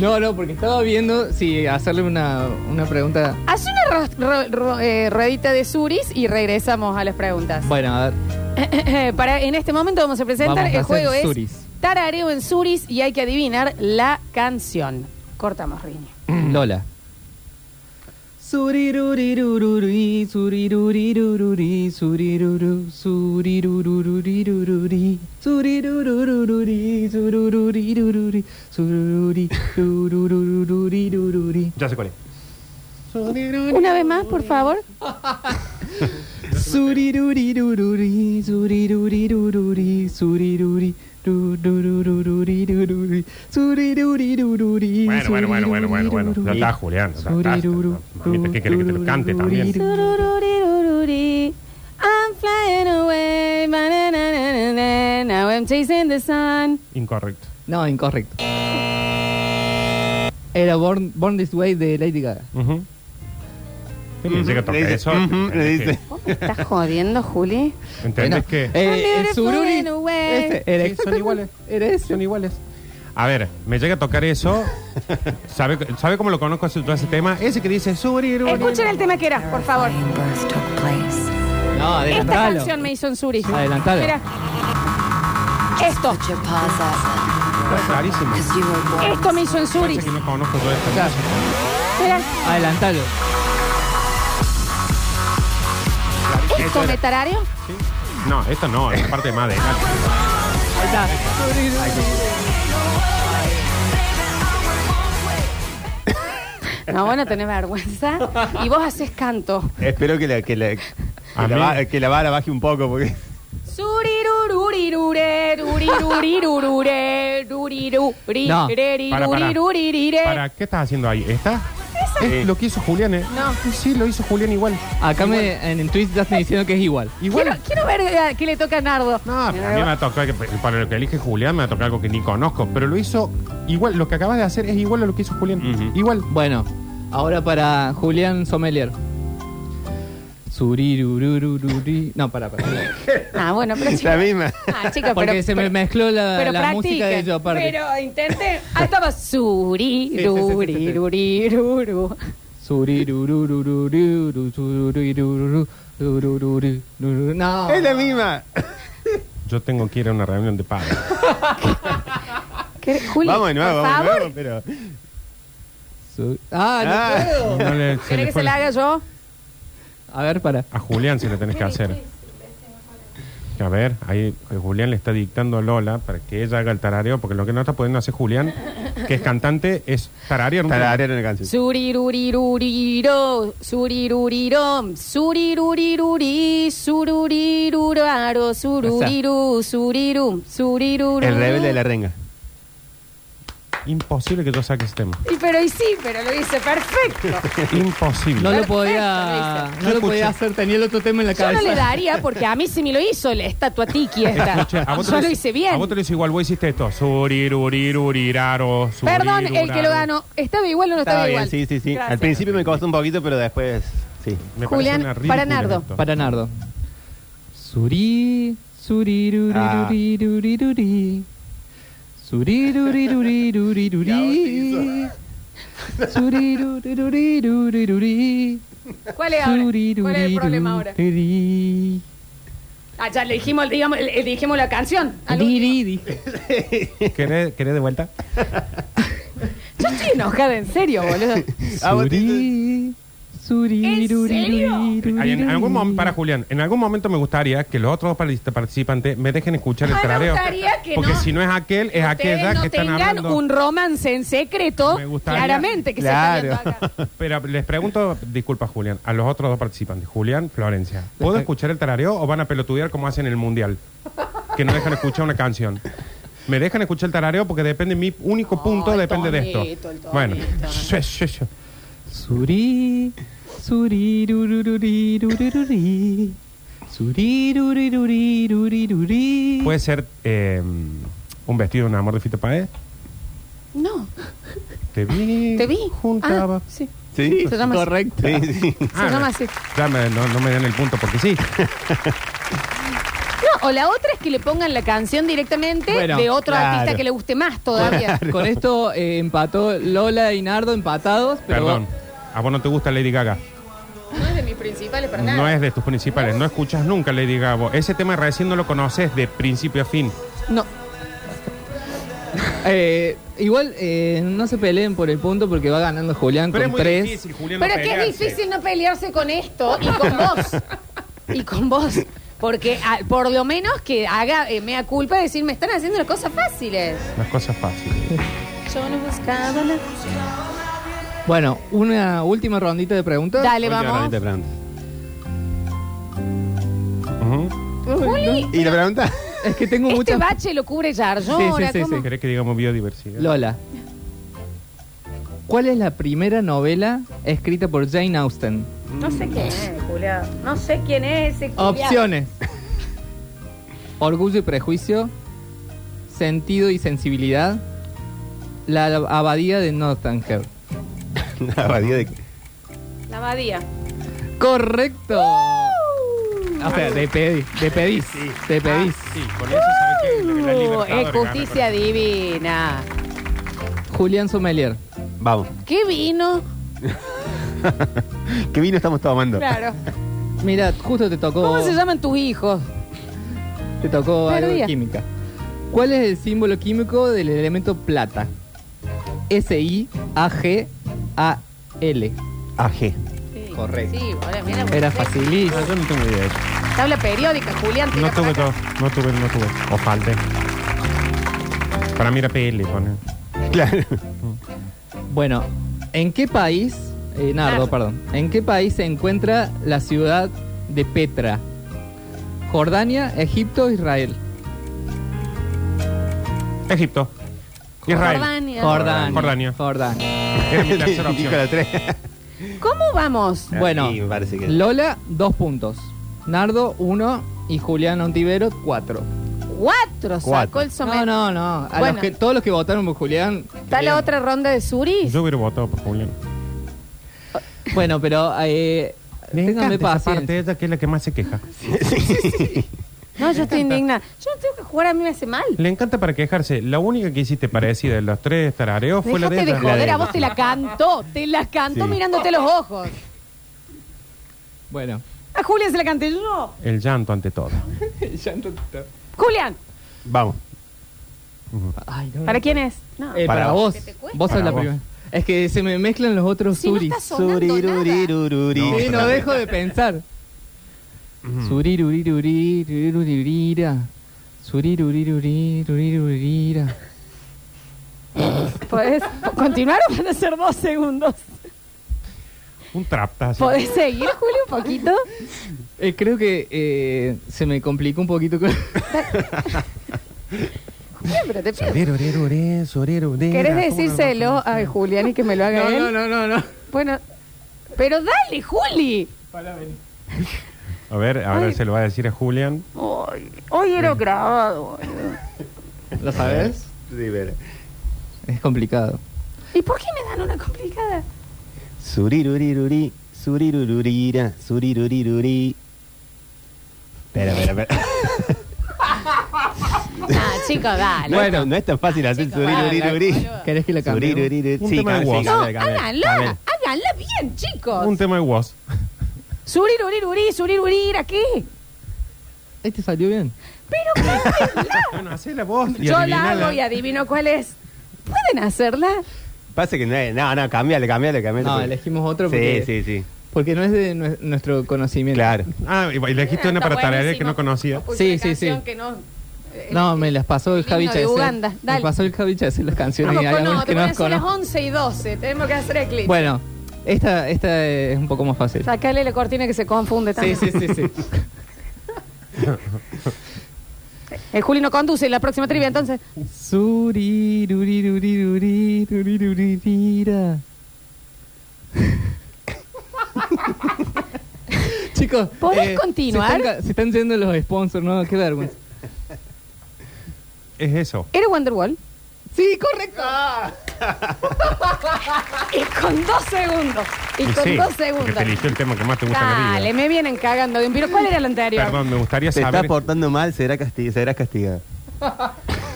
[SPEAKER 2] No, no, porque estaba viendo si hacerle una, una pregunta.
[SPEAKER 1] Haz una ro- ro- ro- eh, ruedita de suris y regresamos a las preguntas.
[SPEAKER 2] Bueno, a ver.
[SPEAKER 1] Eh, Para, en este momento vamos a presentar
[SPEAKER 2] Vamos a
[SPEAKER 1] el
[SPEAKER 2] hacer
[SPEAKER 1] juego es
[SPEAKER 2] suris.
[SPEAKER 1] Tarareo en Suris y hay que adivinar la canción. Cortamos, Riña.
[SPEAKER 2] Lola. Surirurirururi, surirurirururi, suriruru, surirurururirururi, surirururururi, surururirururi, surururirururi.
[SPEAKER 3] Ya sé cuál es.
[SPEAKER 1] Una vez más, por favor.
[SPEAKER 2] Surirurirururi, surirurirururi, suriruri, rururururururi, surirurirururi,
[SPEAKER 3] Bueno, bueno, bueno, bueno, bueno, bueno. Ya está, Julián. Ya está.
[SPEAKER 2] Suriruru,
[SPEAKER 3] Mamita, ¿Qué querés que te lo cante también?
[SPEAKER 1] Tururururururi. I'm flying away. ba-na-na-na-na-na. Now I'm chasing the sun.
[SPEAKER 3] Incorrecto.
[SPEAKER 2] No, incorrecto. Era Born, Born This Way de Lady Gaga.
[SPEAKER 3] Ujú. Sí,
[SPEAKER 4] Ujú.
[SPEAKER 3] llega a tocar
[SPEAKER 4] Le dice,
[SPEAKER 3] eso.
[SPEAKER 4] ujú, le dice.
[SPEAKER 1] ¿Vos me estás jodiendo, Juli?
[SPEAKER 3] ¿Entendés
[SPEAKER 2] Bueno,
[SPEAKER 3] que?
[SPEAKER 2] Eh, el
[SPEAKER 1] I'm
[SPEAKER 2] sururi,
[SPEAKER 1] beautiful in a way.
[SPEAKER 2] ese era-
[SPEAKER 3] Sí, son iguales.
[SPEAKER 2] Era ese.
[SPEAKER 3] Son iguales. A ver, me llega a tocar eso. ¿Sabe, sabe cómo lo conozco ese, todo ese tema? Ese que dice Subiru.
[SPEAKER 1] Escuchen el tema que era, por favor.
[SPEAKER 6] birth took place.
[SPEAKER 1] Esta
[SPEAKER 2] No, adelantalo.
[SPEAKER 1] canción me hizo en Suris.
[SPEAKER 2] Adelantalo.
[SPEAKER 1] Mira. Esto,
[SPEAKER 6] Put your paws up,
[SPEAKER 3] Está Pues, clarísimo.
[SPEAKER 6] cause you were born.
[SPEAKER 1] esto me hizo en
[SPEAKER 3] Parece
[SPEAKER 1] Suris.
[SPEAKER 3] que no conozco todo esto.
[SPEAKER 2] Claro.
[SPEAKER 1] Mira,
[SPEAKER 2] Adelantalo.
[SPEAKER 1] esto me tarareo.
[SPEAKER 3] No, esto no, es la parte más de
[SPEAKER 2] Ahí está.
[SPEAKER 1] No, bueno, tenés vergüenza. Y vos haces canto.
[SPEAKER 4] Espero que la, que la, que
[SPEAKER 3] A
[SPEAKER 4] la
[SPEAKER 3] mí-
[SPEAKER 4] va- que la vara baje un poco porque.
[SPEAKER 1] Surirururirure, rurirurirurure, rurirurirure,
[SPEAKER 2] No,
[SPEAKER 3] Para, para.
[SPEAKER 1] rurirurirure.
[SPEAKER 3] Para, ¿qué estás haciendo ahí? ¿Esta?
[SPEAKER 1] Esa pasa?
[SPEAKER 3] Es lo que hizo Julián, ¿eh?
[SPEAKER 1] No.
[SPEAKER 3] Sí, lo hizo Julián igual.
[SPEAKER 2] Acá me, en el tweet ya están diciendo que es igual.
[SPEAKER 1] Quiero,
[SPEAKER 3] Igual.
[SPEAKER 1] quiero ver a qué le toca a Nardo.
[SPEAKER 3] No, pero a mí me ha tocado, que- para lo que elige Julián, me ha tocado algo que ni conozco, pero lo hizo igual, lo que acabas de hacer es igual a lo que hizo Julián.
[SPEAKER 4] Ujú.
[SPEAKER 3] Igual.
[SPEAKER 2] Bueno, ahora para Julián Sommelier. Surirururururi. No, para, para.
[SPEAKER 1] Ah, bueno, pero chica.
[SPEAKER 4] La misma.
[SPEAKER 1] Ah, chica,
[SPEAKER 2] Porque
[SPEAKER 1] pero-
[SPEAKER 2] se me
[SPEAKER 1] pero-
[SPEAKER 2] mezcló la,
[SPEAKER 1] pero
[SPEAKER 2] la música de
[SPEAKER 1] practiquen,
[SPEAKER 2] yo aparte.
[SPEAKER 1] Pero intenten. Ahí estaba suri,
[SPEAKER 2] Sí, sí, sí, sí, sí, sí.
[SPEAKER 1] ruriruriru.
[SPEAKER 2] Surirururururu, surirurururu, rurururururu. No.
[SPEAKER 4] Es la misma.
[SPEAKER 3] Yo tengo que ir a una reunión de padres.
[SPEAKER 1] ¿Qué- Juli,
[SPEAKER 4] vamos de nuevo,
[SPEAKER 1] por
[SPEAKER 4] vamos de
[SPEAKER 1] favor,
[SPEAKER 4] nuevo, pero.
[SPEAKER 2] Su- Ah,
[SPEAKER 4] Ah.
[SPEAKER 3] No le- se
[SPEAKER 1] ¿querés
[SPEAKER 3] le
[SPEAKER 1] que
[SPEAKER 3] fue
[SPEAKER 1] se la haga yo?
[SPEAKER 2] no. A ver, para.
[SPEAKER 3] A Julián se le tenés que hacer. A ver, ahí eh, Julián le está dictando a Lola para que ella haga el tarareo, porque lo que no está pudiendo hacer Julián, que es cantante, es tararear. un tema.
[SPEAKER 4] Tararearon la canción.
[SPEAKER 1] Suriruriruriro, suriruriro, suriruriruri, sururiruraro, sururiru, suriru, suriruru.
[SPEAKER 4] El rebelde de la renga.
[SPEAKER 3] Imposible que yo saque ese tema.
[SPEAKER 1] Y pero y sí, pero lo hice perfecto.
[SPEAKER 3] Imposible.
[SPEAKER 2] No lo
[SPEAKER 1] Perfecto,
[SPEAKER 2] podía,
[SPEAKER 1] lo
[SPEAKER 2] no lo podía hacer, tenía el otro tema en la
[SPEAKER 1] Yo
[SPEAKER 2] cabeza.
[SPEAKER 1] no le daría porque a mí sí me lo hizo la estatua tiki esta.
[SPEAKER 3] Escuché, a vos te
[SPEAKER 1] Yo lo
[SPEAKER 3] hice-
[SPEAKER 1] hice bien.
[SPEAKER 3] A vos te lo hice igual, vos hiciste esto. Suriruriruraro,
[SPEAKER 1] Perdón, el que lo
[SPEAKER 3] suriruraro.
[SPEAKER 1] ganó. ¿Estaba igual o no estaba,
[SPEAKER 4] Estaba bien,
[SPEAKER 1] igual?
[SPEAKER 4] sí, sí, sí. Al
[SPEAKER 1] Gracias.
[SPEAKER 4] principio me costó un poquito, pero después. Sí.
[SPEAKER 3] Me parece
[SPEAKER 1] Julián,
[SPEAKER 3] una
[SPEAKER 1] para
[SPEAKER 3] ridícula
[SPEAKER 1] Nardo.
[SPEAKER 3] esto.
[SPEAKER 2] Para Nardo. Suri,
[SPEAKER 4] Ah.
[SPEAKER 2] suriruriruriruriruri. Suriruriruriruriruri. Suriruriruriruriruri.
[SPEAKER 1] ¿Cuál es ahora? ¿Cuál es el problema ahora?
[SPEAKER 2] Suriruriruri.
[SPEAKER 1] Ah, ya le dijimos, digamos, le dijimos la canción. al último.
[SPEAKER 2] Diri, dije.
[SPEAKER 3] ¿Querés, querés de vuelta?
[SPEAKER 1] Yo estoy enojada, en serio, boludo.
[SPEAKER 4] Ah, vos te-
[SPEAKER 2] Suri, suriruriruriruriruri.
[SPEAKER 3] Ay, En algún momento, para Julián, en algún momento me gustaría que los otros partic- participantes me dejen escuchar el
[SPEAKER 1] Ay, me
[SPEAKER 3] tarareo.
[SPEAKER 1] gustaría que
[SPEAKER 3] porque
[SPEAKER 1] no.
[SPEAKER 3] si no es aquel, es aquella
[SPEAKER 1] Ustedes no
[SPEAKER 3] que están
[SPEAKER 1] tengan
[SPEAKER 3] hablando.
[SPEAKER 1] un romance en secreto,
[SPEAKER 3] Me gustaría-
[SPEAKER 1] claramente, que se está viendo acá.
[SPEAKER 3] Pero les pregunto, disculpa Julián, a los otros dos participantes, Julián, Florencia, ¿puedo escuchar el tarareo o van a pelotudear como hacen en el Mundial? Que no dejan escuchar una canción. Me dejan escuchar el tarareo porque depende, mi único punto
[SPEAKER 1] Oh, el
[SPEAKER 3] depende de
[SPEAKER 1] tonito, el
[SPEAKER 3] esto.
[SPEAKER 1] tonito.
[SPEAKER 3] Bueno, sí, sí, sí.
[SPEAKER 2] Suri, surirurururirururi. Surirurururirururi.
[SPEAKER 3] puede ser eh, un vestido de un amor de Fito Paez.
[SPEAKER 1] No,
[SPEAKER 3] Te vi,
[SPEAKER 1] te vi.
[SPEAKER 3] juntaba.
[SPEAKER 1] Ah, sí.
[SPEAKER 4] Sí.
[SPEAKER 1] Se llama así.
[SPEAKER 2] Correcto.
[SPEAKER 4] Sí, sí.
[SPEAKER 1] Se llama así.
[SPEAKER 3] Ah, Ya me- no, no me dan el punto porque sí.
[SPEAKER 1] No, o la otra es que le pongan la canción directamente
[SPEAKER 2] Bueno,
[SPEAKER 1] de otro
[SPEAKER 4] claro.
[SPEAKER 1] artista que le guste más todavía.
[SPEAKER 2] Con esto eh, empató Lola y Nardo empatados. Pero
[SPEAKER 3] Perdón. A vos no te gusta Lady Gaga.
[SPEAKER 1] No es de mis principales para
[SPEAKER 3] No es de tus principales. No escuchas nunca Lady Gaga. Vos Ese tema recién no lo conoces de principio a fin.
[SPEAKER 1] No.
[SPEAKER 2] eh, igual eh, no se peleen por el punto porque va ganando Julián
[SPEAKER 3] Pero es
[SPEAKER 2] con
[SPEAKER 3] muy
[SPEAKER 2] tres.
[SPEAKER 3] difícil, Julián.
[SPEAKER 1] Pero
[SPEAKER 3] no
[SPEAKER 1] que es
[SPEAKER 3] pelearse.
[SPEAKER 1] difícil no pelearse con esto y con vos. y con vos. Porque ah, por lo menos que haga eh, mea culpa de decir, me están haciendo las cosas fáciles.
[SPEAKER 3] Las cosas fáciles.
[SPEAKER 1] Yo no buscaba la-
[SPEAKER 2] Bueno, una última rondita de preguntas.
[SPEAKER 1] Dale,
[SPEAKER 4] Última
[SPEAKER 1] vamos.
[SPEAKER 4] rolita de preguntas.
[SPEAKER 3] Ujú.
[SPEAKER 1] Juli,
[SPEAKER 4] ¿Y la pregunta?
[SPEAKER 2] Es que tengo
[SPEAKER 1] este
[SPEAKER 2] muchas.
[SPEAKER 1] bache lo cubre Yar. Yo
[SPEAKER 2] Sí, sí,
[SPEAKER 1] ahora
[SPEAKER 2] sí,
[SPEAKER 1] ¿cómo?
[SPEAKER 3] ¿Querés que digamos biodiversidad?
[SPEAKER 2] Lola. ¿Cuál es la primera novela escrita por Jane Austen?
[SPEAKER 1] No sé quién es, Julia. No sé quién es ese culiao.
[SPEAKER 2] Opciones. Orgullo y prejuicio. Sentido y sensibilidad. La abadía de Nottingham.
[SPEAKER 4] La abadía de.
[SPEAKER 1] La abadía.
[SPEAKER 2] Correcto. O sea, de pedí, de pedís, de pedís.
[SPEAKER 3] Sí, con eso sabes que el- el
[SPEAKER 1] Uh,
[SPEAKER 3] libertador
[SPEAKER 1] es
[SPEAKER 3] gana con-
[SPEAKER 1] justicia divina. Ah.
[SPEAKER 2] Julián Sommelier.
[SPEAKER 4] Vamos.
[SPEAKER 1] ¿Qué vino?
[SPEAKER 4] ¿Qué vino estamos tomando?
[SPEAKER 1] Claro.
[SPEAKER 2] Mira, justo te tocó,
[SPEAKER 1] ¿Cómo se llaman tus hijos?
[SPEAKER 2] te tocó algo de
[SPEAKER 1] Perdía.
[SPEAKER 2] química. ¿Cuál es el símbolo químico del elemento plata? S I A G A L.
[SPEAKER 4] AG.
[SPEAKER 2] Correcto.
[SPEAKER 1] Sí, ahora mira.
[SPEAKER 2] Era
[SPEAKER 1] bueno, sí.
[SPEAKER 2] facilísimo.
[SPEAKER 3] Yo no tengo idea de eso.
[SPEAKER 1] Tabla periódica, Julián. tira
[SPEAKER 3] No
[SPEAKER 1] para
[SPEAKER 3] tuve
[SPEAKER 1] acá.
[SPEAKER 3] todo. No tuve, no tuve. O falte. Para mí era PL, pone.
[SPEAKER 4] Claro.
[SPEAKER 2] Bueno, ¿en qué país, eh, Nardo,
[SPEAKER 1] Nardo.
[SPEAKER 2] perdón, en qué país se encuentra la ciudad de Petra? Jordania, Egipto, Israel.
[SPEAKER 3] Egipto. Israel.
[SPEAKER 1] Jordania.
[SPEAKER 2] Jordania.
[SPEAKER 3] Jordania.
[SPEAKER 2] Jordania.
[SPEAKER 3] Era mi tercera opción.
[SPEAKER 4] Dijo la tres.
[SPEAKER 1] ¿Cómo vamos?
[SPEAKER 2] Bueno,
[SPEAKER 4] Sí, me parece que-
[SPEAKER 2] Lola, dos puntos. Nardo, uno. Y Julián Ontivero, cuatro.
[SPEAKER 1] Cuatro sacó
[SPEAKER 4] Cuatro.
[SPEAKER 1] el
[SPEAKER 2] No,
[SPEAKER 1] somer.
[SPEAKER 2] no, no. A
[SPEAKER 1] Bueno.
[SPEAKER 2] los que, todos los que votaron por Julián.
[SPEAKER 1] ¿Está la
[SPEAKER 2] bien.
[SPEAKER 1] otra ronda de Suris?
[SPEAKER 3] Yo hubiera votado por Julián.
[SPEAKER 2] Bueno, pero eh, ténganme
[SPEAKER 3] esa parte
[SPEAKER 2] paciencia.
[SPEAKER 3] de ella que es la que más se queja.
[SPEAKER 1] No, yo estoy indignada. Yo no tengo que jugar, a mí me hace mal.
[SPEAKER 3] Le encanta para quejarse. La única que hiciste parecida de los tres tarareos fue la de
[SPEAKER 1] Déjate de
[SPEAKER 3] ella.
[SPEAKER 4] La
[SPEAKER 1] joder,
[SPEAKER 4] de
[SPEAKER 1] a
[SPEAKER 4] ella.
[SPEAKER 1] vos te la canto, te la canto
[SPEAKER 4] Sí.
[SPEAKER 1] mirándote los ojos.
[SPEAKER 2] Bueno.
[SPEAKER 1] A Julián se la canté yo.
[SPEAKER 3] El llanto ante todo.
[SPEAKER 2] Ya no te-
[SPEAKER 1] Julián,
[SPEAKER 4] Vamos.
[SPEAKER 2] Ay, no, no.
[SPEAKER 1] ¿para quién es? No.
[SPEAKER 2] Eh, para,
[SPEAKER 4] Para
[SPEAKER 2] vos.
[SPEAKER 1] ¿Qué te cuesta?
[SPEAKER 2] Vos sos
[SPEAKER 3] Para
[SPEAKER 2] la
[SPEAKER 3] vos.
[SPEAKER 2] primera. Es que se me mezclan los otros
[SPEAKER 1] Si no
[SPEAKER 2] suris.
[SPEAKER 1] está sonando nada.
[SPEAKER 3] No,
[SPEAKER 2] Sí,
[SPEAKER 3] pero-
[SPEAKER 2] no dejo de pensar. Suriruriruri, ruriruririra. Suriruriruri, ruriruririra.
[SPEAKER 1] ¿Podés continuar o van a ser dos segundos?
[SPEAKER 3] Un traptazo.
[SPEAKER 1] ¿Podés seguir, Julio, un poquito?
[SPEAKER 2] Eh, creo que eh, se me complicó un poquito. con-
[SPEAKER 1] Julián, pero te pido. ¿Querés
[SPEAKER 3] ¿Querés
[SPEAKER 1] decírselo a Julián y que me lo haga
[SPEAKER 2] No,
[SPEAKER 1] él?
[SPEAKER 2] no, no, no, no.
[SPEAKER 1] Bueno, pero dale, Juli.
[SPEAKER 3] A ver, ahora
[SPEAKER 1] Ay.
[SPEAKER 3] se lo va a decir a Julián.
[SPEAKER 1] Hoy, hoy era grabado. boludo.
[SPEAKER 2] ¿Lo sabes? Es complicado.
[SPEAKER 1] ¿Y por qué me dan una complicada?
[SPEAKER 4] Suriruriruri, surirururira, suriruriruri. Espera, espera, espera.
[SPEAKER 1] Ah, chicos, dale.
[SPEAKER 4] No, bueno, no es tan fácil hacer
[SPEAKER 1] Chicos,
[SPEAKER 4] suriruriri.
[SPEAKER 1] bárbaro.
[SPEAKER 2] ¿Querés que la cambie?
[SPEAKER 4] Suriruriri.
[SPEAKER 3] Un
[SPEAKER 4] Sí,
[SPEAKER 3] tema de
[SPEAKER 4] cambia,
[SPEAKER 3] voz.
[SPEAKER 4] sí,
[SPEAKER 1] No,
[SPEAKER 4] cambia, cambia,
[SPEAKER 1] háganla,
[SPEAKER 4] cambia.
[SPEAKER 1] háganla bien,
[SPEAKER 3] Un
[SPEAKER 1] chicos.
[SPEAKER 3] tema de voz.
[SPEAKER 1] Surirurirurí, surirurira, ¿qué?
[SPEAKER 2] Este salió bien.
[SPEAKER 1] Pero cántenla.
[SPEAKER 3] Bueno, hacé la voz. y
[SPEAKER 1] Yo la
[SPEAKER 3] adivinala.
[SPEAKER 1] hago y adivino cuál es. ¿Pueden hacerla?
[SPEAKER 4] Pasa que no, es- no, no, cambiale, cambiale, cambiale.
[SPEAKER 2] No, elegimos otro
[SPEAKER 4] Sí,
[SPEAKER 2] porque,
[SPEAKER 4] sí, sí.
[SPEAKER 2] porque no es de nue- nuestro conocimiento.
[SPEAKER 4] Claro.
[SPEAKER 3] Ah, y elegiste una
[SPEAKER 1] Está
[SPEAKER 3] para tararear
[SPEAKER 1] buenísimo.
[SPEAKER 3] que no conocía.
[SPEAKER 1] Puse
[SPEAKER 2] Sí,
[SPEAKER 1] una
[SPEAKER 2] sí, sí.
[SPEAKER 1] canción que no- eh,
[SPEAKER 2] No, me las pasó el
[SPEAKER 1] El himno
[SPEAKER 2] Javi
[SPEAKER 1] de
[SPEAKER 2] Chacel.
[SPEAKER 1] Uganda, dale.
[SPEAKER 2] Me pasó el Javi Chacel las canciones.
[SPEAKER 1] Vamos
[SPEAKER 2] y hay
[SPEAKER 1] con
[SPEAKER 2] algunas
[SPEAKER 1] no, te
[SPEAKER 2] que no
[SPEAKER 1] van a
[SPEAKER 2] las
[SPEAKER 1] decir las
[SPEAKER 2] conozco.
[SPEAKER 1] 11 y 12. Tenemos que hacer el clip.
[SPEAKER 2] Bueno, esta, esta es un poco más fácil.
[SPEAKER 1] Sacale la cortina que se confunde
[SPEAKER 2] Sí,
[SPEAKER 1] también.
[SPEAKER 2] sí, sí, sí.
[SPEAKER 1] El Eh, Juli no conduce la próxima
[SPEAKER 2] Mm.
[SPEAKER 1] trivia, entonces.
[SPEAKER 2] Suriruriruriruriruriruririra. Chicos,
[SPEAKER 1] ¿Podés
[SPEAKER 2] eh,
[SPEAKER 1] continuar?
[SPEAKER 2] Se están, ca- se están yendo los sponsors, ¿no? Qué vergüenza.
[SPEAKER 3] Es eso.
[SPEAKER 1] ¿Era Wonderwall?
[SPEAKER 2] Sí, correcto.
[SPEAKER 3] Ah,
[SPEAKER 1] Y con dos segundos. Y,
[SPEAKER 3] Y
[SPEAKER 1] con
[SPEAKER 3] sí,
[SPEAKER 1] dos
[SPEAKER 3] porque te
[SPEAKER 1] segundos.
[SPEAKER 3] eligió el tema que más te gusta en la
[SPEAKER 1] Dale,
[SPEAKER 3] vida.
[SPEAKER 1] me vienen cagando de un piro. ¿Cuál era el anterior?
[SPEAKER 3] Perdón, me gustaría
[SPEAKER 4] Se está
[SPEAKER 3] saber.
[SPEAKER 4] portando mal, será castig- serás castigado.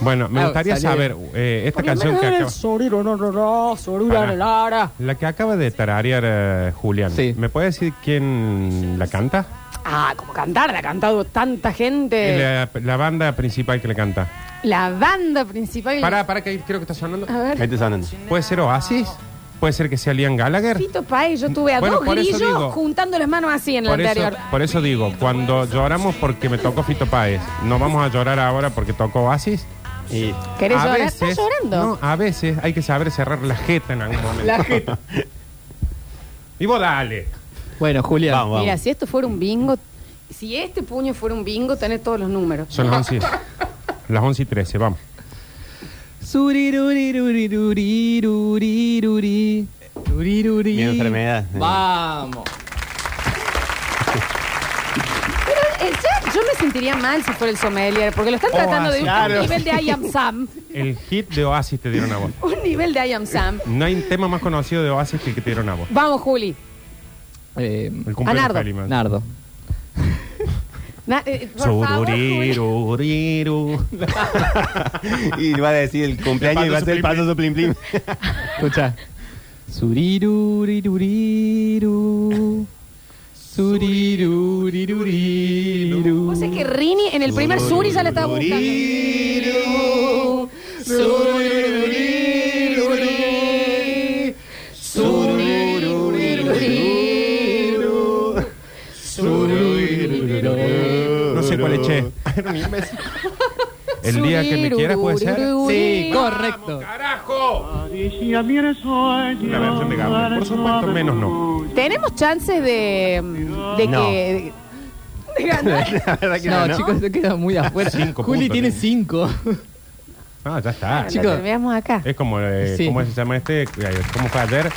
[SPEAKER 3] Bueno, me
[SPEAKER 2] Ah,
[SPEAKER 3] gustaría
[SPEAKER 2] salió.
[SPEAKER 3] saber eh, esta canción que acaba. Pará. La que acaba de tararear eh, Julián.
[SPEAKER 2] Sí.
[SPEAKER 3] ¿Me puede decir quién la canta?
[SPEAKER 1] Ah, como cantar, la ha cantado tanta gente. La...
[SPEAKER 3] La, la banda principal que le canta.
[SPEAKER 1] banda principal.
[SPEAKER 3] Pará, pará, que ahí creo que está sonando.
[SPEAKER 1] A
[SPEAKER 4] Ahí
[SPEAKER 1] ver,
[SPEAKER 4] te sonando.
[SPEAKER 3] ¿Puede ser Oasis? ¿Puede ser que sea Liam Gallagher?
[SPEAKER 1] Fito Paez, yo tuve a
[SPEAKER 3] Bueno,
[SPEAKER 1] dos
[SPEAKER 3] por eso
[SPEAKER 1] grillos
[SPEAKER 3] digo.
[SPEAKER 1] juntando las manos así en la
[SPEAKER 3] Por eso,
[SPEAKER 1] anterior.
[SPEAKER 3] por eso digo, cuando lloramos porque me tocó Fito Páez, no vamos a llorar ahora porque tocó Oasis.
[SPEAKER 4] Y-
[SPEAKER 1] ¿Querés
[SPEAKER 3] A
[SPEAKER 1] llorar?
[SPEAKER 3] veces-
[SPEAKER 1] ¿Estás llorando?
[SPEAKER 3] No, a veces hay que saber cerrar la jeta en algún momento.
[SPEAKER 2] La gente.
[SPEAKER 3] Y vos dale.
[SPEAKER 2] Bueno, Julián.
[SPEAKER 4] Vamos, vamos.
[SPEAKER 1] Mira, si esto fuera un bingo, si este puño fuera un bingo, tenés todos los números.
[SPEAKER 3] Son las 11, las 11 y 13, vamos.
[SPEAKER 2] Suriruriruriruriruri. Ruriruri.
[SPEAKER 4] Mi enfermedad.
[SPEAKER 2] Vamos.
[SPEAKER 1] Pero eh, ya- yo me sentiría mal si fuera el sommelier, porque lo
[SPEAKER 3] Oh,
[SPEAKER 1] están tratando de un,
[SPEAKER 4] claro.
[SPEAKER 1] un nivel de I am Sam.
[SPEAKER 3] El hit de Oasis te dieron a vos.
[SPEAKER 1] Un nivel de I am Sam.
[SPEAKER 3] No hay tema más conocido de Oasis que el que te dieron a vos.
[SPEAKER 1] Vamos, Juli.
[SPEAKER 2] Eh,
[SPEAKER 3] El cumpleaños
[SPEAKER 1] Anardo.
[SPEAKER 3] de Feliman.
[SPEAKER 2] Nardo.
[SPEAKER 1] Na- eh, por favor, Juli.
[SPEAKER 3] Sururiru.
[SPEAKER 4] y va a decir el cumpleaños y va a ser el paso su plim plim.
[SPEAKER 2] Escucha. Suriruriruriru. Suriruriruriru.
[SPEAKER 1] Vos sé que Rini en el primer Suri ya la estaba buscando.
[SPEAKER 2] Suriru, suriruri, suriruriru, suriruriru.
[SPEAKER 3] No sé cuál eché. Era un imbécil. El día que me quieras puede ser.
[SPEAKER 2] Sí, correcto.
[SPEAKER 3] ¡Carajo! La versión de Gabriel. Por supuesto, menos no.
[SPEAKER 1] Tenemos chances de, de
[SPEAKER 4] No.
[SPEAKER 1] que. de ganar.
[SPEAKER 4] La verdad que
[SPEAKER 2] No, chicos, esto queda muy afuera.
[SPEAKER 3] Cinco
[SPEAKER 2] Juli
[SPEAKER 3] puntos,
[SPEAKER 2] tiene
[SPEAKER 3] ¿no?
[SPEAKER 2] cinco.
[SPEAKER 3] Ah, ya está.
[SPEAKER 1] Bueno,
[SPEAKER 2] Chicos.
[SPEAKER 1] terminamos acá.
[SPEAKER 3] Es como, eh,
[SPEAKER 2] Sí.
[SPEAKER 3] ¿cómo se llama este? ¿Cómo fue ayer?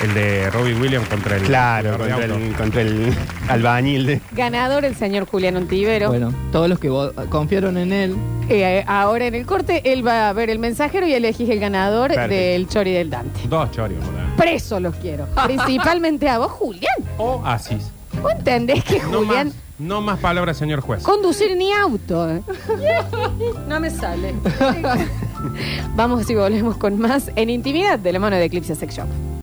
[SPEAKER 3] El de Robbie Williams contra el.
[SPEAKER 4] Claro,
[SPEAKER 3] contra el
[SPEAKER 4] contra
[SPEAKER 3] auto.
[SPEAKER 4] el, contra el albañil de...
[SPEAKER 1] Ganador el señor Julián Ontivero.
[SPEAKER 2] Bueno, todos los que vo- confiaron en él,
[SPEAKER 1] Eh, ahora en el corte él va a ver el mensajero y elegís el ganador
[SPEAKER 3] Perfecto.
[SPEAKER 1] del Chori del Dante.
[SPEAKER 3] Dos chorios, ¿verdad?
[SPEAKER 1] Preso los quiero. Principalmente a vos, Julián.
[SPEAKER 3] O Asís.
[SPEAKER 1] ¿Vos entendés que
[SPEAKER 3] No
[SPEAKER 1] Julián
[SPEAKER 3] más, no más palabras, señor juez.
[SPEAKER 1] conducir ni auto? eh? No me sale. Vamos y volvemos con más en intimidad de la mano de Eclipse Sex Shop.